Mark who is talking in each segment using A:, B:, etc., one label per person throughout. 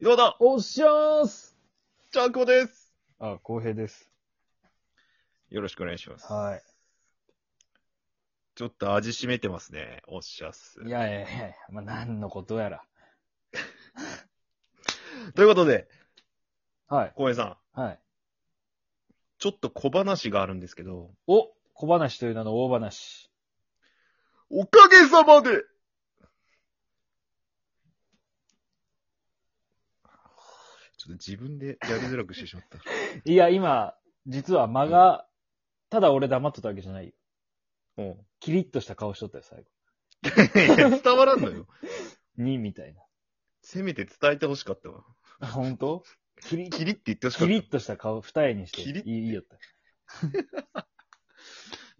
A: 伊沢だ
B: おっしゃーす
A: ちゃんこです
B: あ、公平です。
A: よろしくお願いします。
B: は
A: ちょっと味しめてますね。おっしゃっす
B: い。い。やいやいや、まあ、何のことやら。
A: ということで、
B: はい、
A: 浩平さん、
B: はい。
A: ちょっと小話があるんですけど、
B: お小話という名の大話。
A: おかげさまでちょっと自分でやりづらくしてしまった。
B: いや、今、実は間が、ただ俺黙ってたわけじゃないよ。
A: うん。
B: キリッとした顔しとったよ、最後。
A: 伝わらんのよ。
B: に、みたい
A: せめて伝えてほしかったわ。
B: な。本当キリッ、
A: キリって言ってほしか
B: キ
A: った。
B: リッとした顔二重にして、
A: キリッ
B: いいいよっ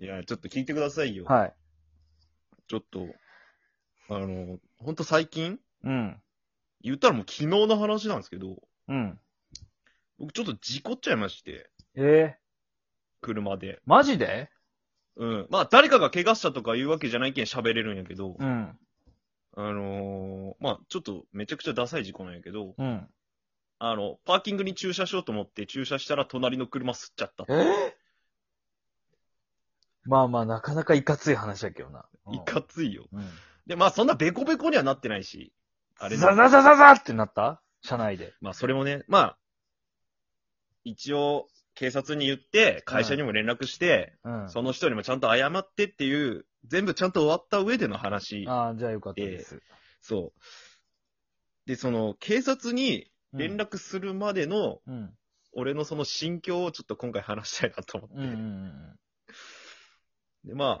A: いや、ちょっと聞いてくださいよ。
B: た。はい。
A: ちょっと、あの、ほんと最近
B: うん。
A: 言ったらもう昨日の話なんですけど、
B: うん。
A: 僕ちょっと事故っちゃいまして、
B: ええ
A: 車で。
B: マジで
A: うん。まあ、誰かが怪我したとかいうわけじゃないけん喋れるんやけど、
B: うん。
A: あのーまあ、ちょっとめちゃくちゃダサい事故なんやけど、
B: うん。
A: あの、パーキングに駐車しようと思って駐車したら隣の車吸っちゃった。
B: えまあまあ、なかなかいかつい話やけどな。うん
A: いかついよ。
B: うん。
A: で、まあ、そんなベコベコにはなってないし、あれ
B: ザ
A: だ。
B: ザザザザってなった車内で。
A: まあ、それもね、まあ、一応、警察に言って、会社にも連絡して、
B: うん。
A: その人にもちゃんと謝ってっていう、全部ちゃんと終わった上での話。
B: ああ、じゃあよかったです。
A: そう。で、その、警察に連絡するまでの、
B: うん。
A: 俺のその心境をちょっと今回話したいなと思って。
B: うん。うんうん
A: で、まあ、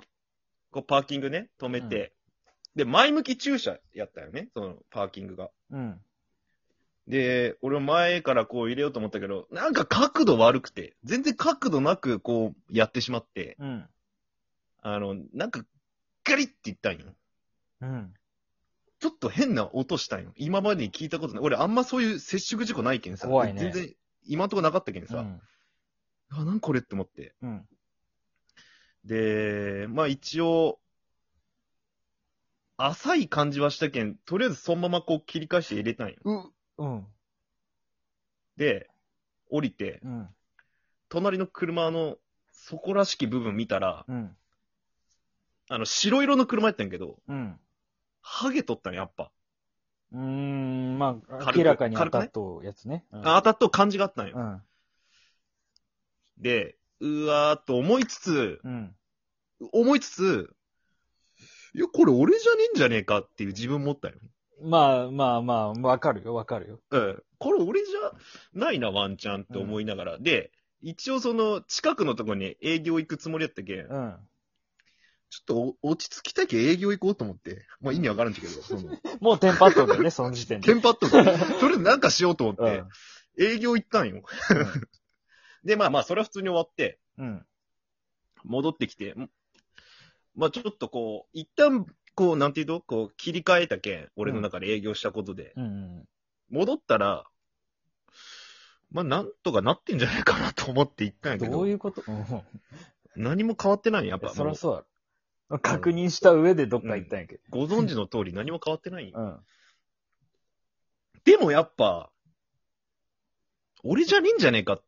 A: こうパーキングね、止めて、で、前向き駐車やったよね、そのパーキングが。
B: うん。うん。
A: で、俺も前からこう入れようと思ったけど、なんか角度悪くて、全然角度なくこうやってしまって、
B: うん。
A: あの、なんかガリって言ったんよ。
B: うん。
A: ちょっと変な音したんよ。今までに聞いたことない。俺あんまそういう接触事故ないけんさ。
B: 怖いね
A: 全然、今んとこなかったけん
B: う
A: さ。
B: ん
A: あ、なんこれって思って。
B: うん。
A: で、まあ一応、浅い感じはしたけん、とりあえずそのままこう切り返して入れたんよ。
B: う、うん。
A: で、降りて、
B: うん。
A: 隣の車の底らしき部分見たら、
B: うん。
A: あの、白色の車やったんやけど、
B: うん。
A: ハゲとったんや、やっぱ。
B: うーん。まあ、
A: 軽く
B: 明らかに当たっとやつね。
A: あ当たっと感じがあったんよ。
B: うん。
A: で、うわーっと思いつつ、
B: うん。
A: 思いつつ、いや、これ俺じゃねえんじゃねえかっていう自分持ったよ。
B: まあまあまあ、わかるよ、わかるよ。
A: うん。これ俺じゃないな、ワンチャンって思いながら。で、一応その、近くのとこに営業行くつもりやったけん、ちょっ
B: うん。
A: とお落ち着きたけん営業行こうと思って。まあ意味わからんけど、そ の、
B: もうテンパっとるよね、その時点で。
A: テンパっとか。とりあえずなんかしようと思っ
B: う
A: て、営業行ったんよ。で、まあまあ、それは普通に終わって、
B: ん。うん。
A: 戻ってきて、んまあちょっとこう、一旦、こう、なんていうと、こう、切り替えたけん、俺の中で営業したことで、
B: うんうん。
A: 戻ったら、まあ、なんとかなってんじゃないかなと思って行ったんやけど、
B: どういうことうん。
A: 何も変わってないんやっぱ。
B: そ
A: も
B: ら
A: う
B: そうだろ。確認した上でどっか行ったんやけど。
A: ご存知の通り何も変わってないんや
B: うん。
A: でもやっぱ、俺じゃねえんじゃねえかっ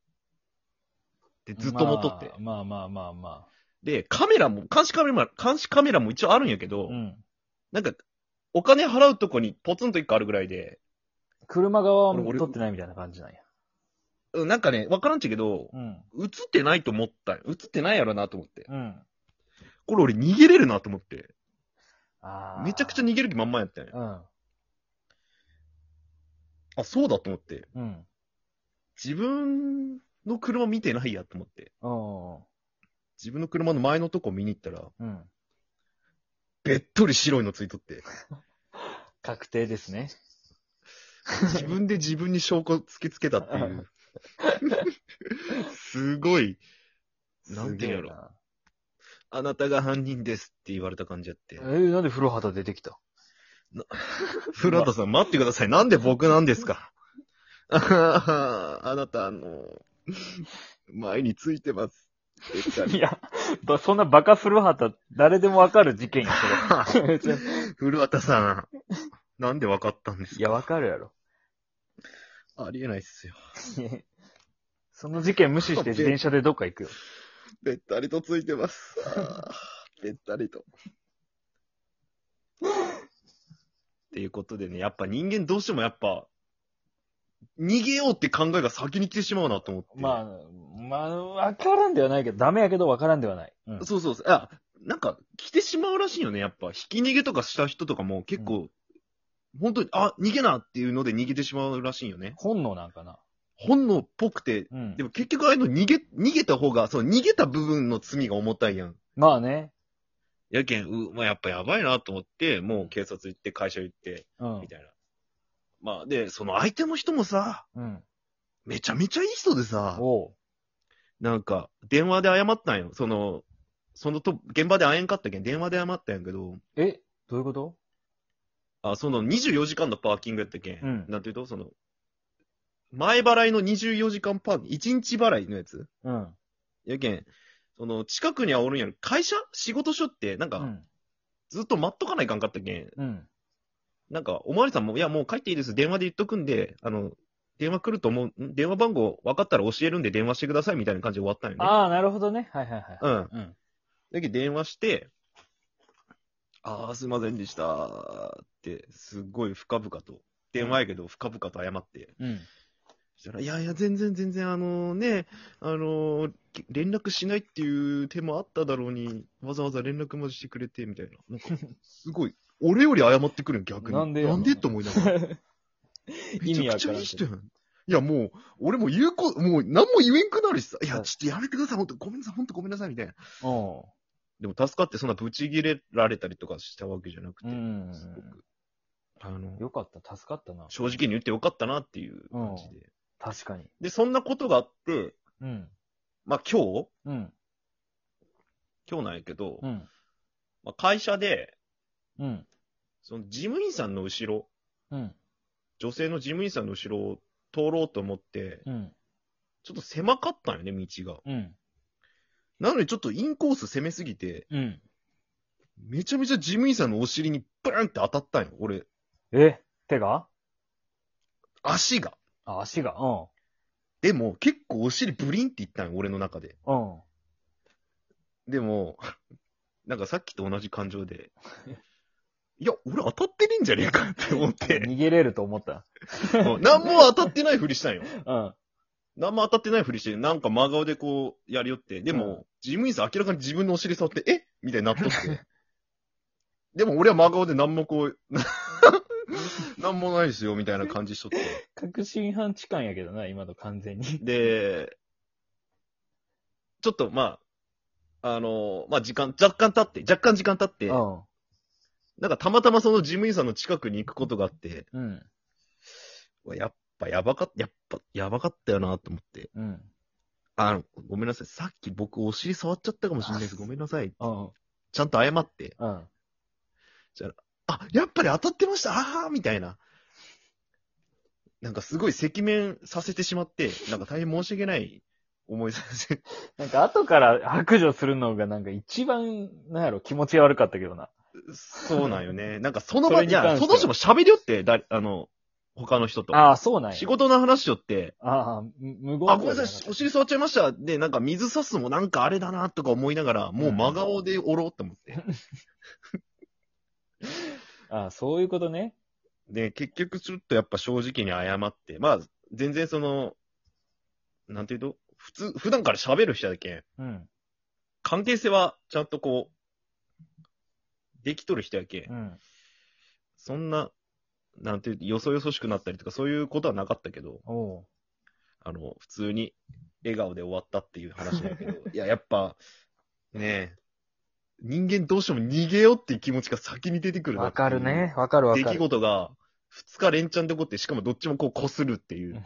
A: てずっと思っとって。
B: まあまあまあま
A: で、カメラも、監視カメラ、監視カメラも一応あるんやけ
B: あ。
A: ど、
B: うん。
A: なんか、お金払うとこにポツンと一個あるぐらいで、
B: 車側は
A: 俺
B: 撮ってないみたいな感じなんや。
A: うんなんかね、わからんちゃけど、
B: うん。
A: 映ってないと思ったん映ってないやろなと思って。
B: うん。
A: これ俺逃げれるなと思って。
B: ああ。
A: めちゃくちゃ逃げる気まんまやったんや。あ、そうだと思って。
B: うん。うん。
A: 自分の車見てないやと思って。
B: おう
A: 自分の車の前のとこ見に行ったら、
B: おううん。
A: べっとり白いのついと って。
B: 確定ですね。
A: 自分で自分に証拠突きつけたって いう。すごい。なんていうんやろ。
B: ろ。
A: あなたが犯人ですって言われた感じやっ
B: え
A: て。
B: ー、なんで古畑出てきた
A: 古畑さん待ってください。なんで僕なんですかあははあなた、あの、前についてます。べったり
B: いや、ばそんなバカ古畑、誰でもわかる事件や、 それ。
A: 古畑さん、なんで分かったんですか
B: いや、わかるやろ。
A: ありえないっすよ。
B: その事件無視して自転車でどっか行くよ。
A: べったりとついてます。あ ーべったりと。っていうことでね、やっぱ人間どうしてもやっぱ、逃げようって考えが先に来てしまうなと思って。
B: まあ、まあ、わからんではないけど、ダメやけどわからんではない。うん
A: そうそうそう。あ、なんか、来てしまうらしいよね、やっぱ。引き逃げとかした人とかも結構、本当に、あ、逃げなっていうので逃げてしまうらしいよね。
B: 本能なんかな。
A: 本能っぽくて、
B: うん
A: で。も結局ああいうの逃げ、逃げた方が、そう、逃げた部分の罪が重たいやん。
B: まあね。
A: やけん、う、まあ、やっぱやばいなと思って、もう警察行って、会社行って、
B: うん
A: み。たいな。まあ、で、その相手の人もさ、
B: うん。
A: めちゃめちゃいい人でさ、
B: おう。
A: なんか、電話で謝ったんよ。その、そのと、現場で会えんかったけん、電話で謝ったんやけど、
B: え、どういうこと
A: あ、その24時間のパーキングやったけん。
B: うん
A: なんていうと、その、前払いの24時間パーキング、1日払いのやつ
B: うん。
A: やけん、その、近くにはおるんやろ。会社仕事所って、なん
B: う
A: か、
B: ん。
A: ずっと待っとかないかんかったけん。
B: うん。
A: なんか、おまわりさんも、いや、もう帰っていいです。電話で言っとくんで、あの、電話来ると思う、ん電話番号分かったら教えるんで電話してくださいみたいな感じで終わったんよね。
B: ああ、なるほどね。はいはいはい。
A: うん。
B: うん。
A: だけど電話して、ああ、すいませんでしたって、すっごい深々と、電話やけど深々と謝って、
B: うん。
A: そしたら、いやいや、全然全然、あのね、あのけ連絡しないっていう手もあっただろうに、わざわざ連絡までしてくれて、みたいな。なんか、すごい、俺より謝ってくるん、逆に。
B: なんでやろ
A: なんでと思いながら。め
B: 意味
A: ちゃ
B: わ
A: くちゃ
B: からん
A: い
B: け
A: い人
B: ど
A: やん。いや、もう、俺も言うこ、もう、何も言えんくなるしさ、いや、
B: はい
A: ちょっとやめてください、ほんと、ごめんなさい、ほんとごめんなさい、みたいな。
B: お
A: でも、助かって、そんなブチ切れられたりとかしたわけじゃなく
B: う
A: て、
B: ん。
A: すごく、あの、
B: よかった、助かったな。
A: 正直に言ってよかったなっていう感じで。
B: 確かに。
A: で、そんなことがあって、
B: うん。
A: まあ、今日、
B: うん。
A: 今日なんやけど、
B: うん。
A: まあ、会社で、
B: うん。
A: その事務員さんの後ろ、
B: うん。
A: 女性の事務員さんの後ろを通ろうと思って、
B: うん。
A: ちょっと狭かったんよね、道が。
B: うん。
A: なのにちょっとインコース攻めすぎて、
B: うん。
A: めちゃめちゃ事務員さんのお尻にバーンって当たったんよ、俺。
B: え、手が
A: 足が。
B: あ、足が。うん。
A: でも、結構お尻ブリンっていったんよ、俺の中で。
B: うん。
A: でも、 なんかさっきと同じ感情 で、いや、俺当たってねえんじゃねえかって思 って、
B: 逃げれると思った。
A: もう何も当たってないふりしたんよ。
B: うん。
A: 何も当たってないふりして、なんか真顔でこう、やりよって。でも、
B: う
A: 事務員さん明らかに自分のお尻触って、えみたいになっとって。 でも俺は真顔で何もこう、 な何もないですよ、みたいな感じしとって。
B: 確信犯痴漢やけどな、今の完全に。
A: で、ちょっとまあ、あのまあ、時間、若干経って、若干時間経って、
B: うん。
A: なんかたまたまその事務員さんの近くに行くことがあって、
B: うん。
A: うわやっぱやばかった、やっぱやばかったよなと思って。
B: うん。
A: あの、ごめんなさい。さっき僕お尻触っちゃったかもしれないです。ごめんなさい。
B: うん。
A: ちゃんと謝って。
B: うん。
A: あ、やっぱり当たってましたああみたいな。なんかすごい赤面させてしまって、なんか大変申し訳ない思いさせ て。
B: なんか後から白状するのがなんか一番、なんやろ、気持ち悪かったけどな。
A: そうなんよね。なんかその場
B: それ
A: い
B: に関しては
A: や、その人も喋りよって、だあの、他の人と。
B: ああ、そうなんや
A: 仕。事の話しよって、
B: ああ、む無言
A: あ、ごめんなさい、お尻触っちゃいました。で、なんか水差すもなんかあれだなとか思いながら、もう真顔でおろうと思って。
B: ああ、そういうことね。
A: で、結局ちょっとやっぱ正直に謝って、まあ、全然その、なんていうと、普通、普段から喋る人だけん、
B: うん。
A: 関係性はちゃんとこう、できとる人やけん
B: う、ん。
A: そんな、なんていうと、よそよそしくなったりとか、そういうことはなかったけど、
B: おう。
A: あの、普通に笑顔で終わったっていう話だけ ど、いや、やっぱ、ねえ、人間どうしても逃げようっていう気持ちが先に出てくるな
B: わ
A: っていう
B: かるね。わかるわ
A: 出
B: か
A: 来
B: る。
A: 事が、二日連チャンで起こって、しかもどっちもこう擦るっていう。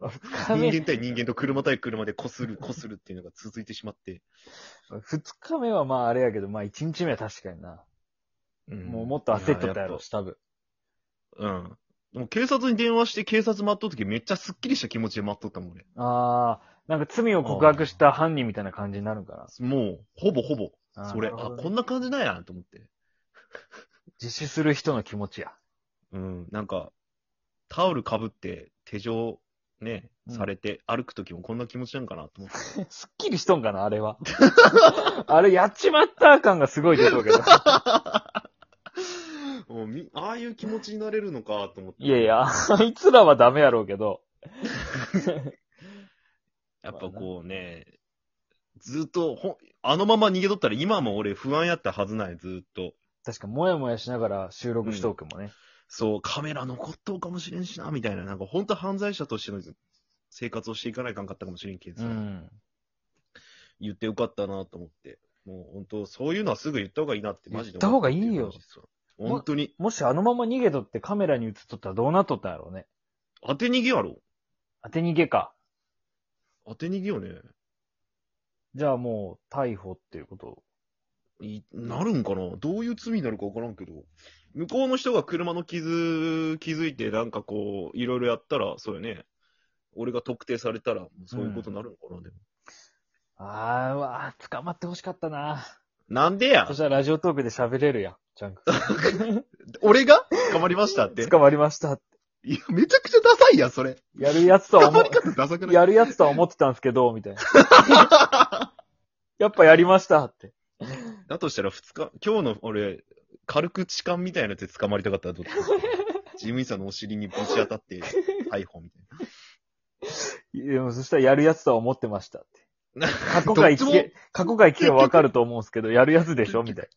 B: 二
A: 人
B: 日
A: 間対人間と車対車で擦る、擦るっていうのが続いてしまって。
B: 目、二日目はまああれやけど、まあ一日目は確かにな。
A: うん
B: もうもっと焦っとったやろ、。多分。
A: いややっぱうん。でも警察に電話して警察待っとった時めっちゃスッキリした気持ちで待っとったもん俺。
B: ああ、なんか罪を告白した犯人みたいな感じになるんか
A: もう、ほぼほぼ。
B: な。
A: それ、
B: なる
A: あ、
B: ほどね
A: こんな感じなんやと思って。
B: 自首する人の気持ちや。
A: うん。なんか、タオルかぶって手錠ね、
B: うん
A: されて歩くときもこんな気持ちなんかなと思って。
B: すっきりしとんかな、あれは。あれ、やっちまった感がすごい出て るけど。
A: もうみああいう気持ちになれるのかと思って。
B: いやいや、あいつらはダメやろうけど。
A: やっぱこうね、ずっとほん、あのまま逃げとったら今も俺不安やったはずない、ずっと。
B: 確か、もやもやしながら収録しとくもね。
A: そう、カメラ残っとうかもしれんしな、みたいな。なんか本当犯罪者としての生活をしていかないかんかったかもしれんけど
B: う
A: さ、
B: ん。
A: 言ってよかったなと思って。もう本当、そういうのはすぐ言った方がいいなってマジで思
B: 言った方がいいよ
A: マジでそう本当に。
B: もしあのまま逃げとってカメラに映っとったらどうなっとったんやろうね。
A: 当て逃げやろ
B: 当て逃げか。
A: 当て逃げよね。
B: じゃあもう、逮捕っていうこと。
A: いなるんかなどういう罪になるかわからんけど。向こうの人が車の傷、気づいてなんかこう、いろいろやったら、そうよね。俺が特定されたら、そういうことになるのかな、でも。
B: あーうわー、捕まってほしかったな。
A: なんで や
B: そしたらラジオトークで喋れるやん。ジャンク。
A: 俺 が捕まりましたって。
B: 捕まりました。
A: いや、めちゃくちゃダサいやん、それ。
B: やるやつとは
A: 捕
B: 思
A: まり
B: う、
A: 方ダサくない。
B: やるやつとは思ってたんですけど、みたいな。 やっぱやりましたって。
A: だとしたら二日、今日の俺、軽く痴漢みたいなやつで捕まりたかった らどっち事務員さんのお尻にぶち当たって、逮捕みたいな。
B: でもそしたらやるやつとは思ってましたって。
A: な
B: 過去回
A: ど
B: 聞
A: っちも
B: け、過去回聞けばわかると思うんですけど、やるやつでしょみたい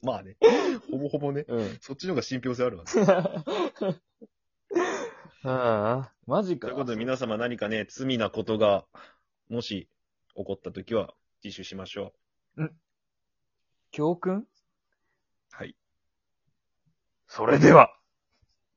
A: まあね。ほぼほぼね。
B: な。 うん。
A: そっちの方が信憑性あるわ、ね。
B: ああ、マジ
A: と
B: か。
A: いうことで皆様何かね、罪なことが、もし起こった時は、自首しましょ
B: 教訓
A: う。はい。
B: それでは。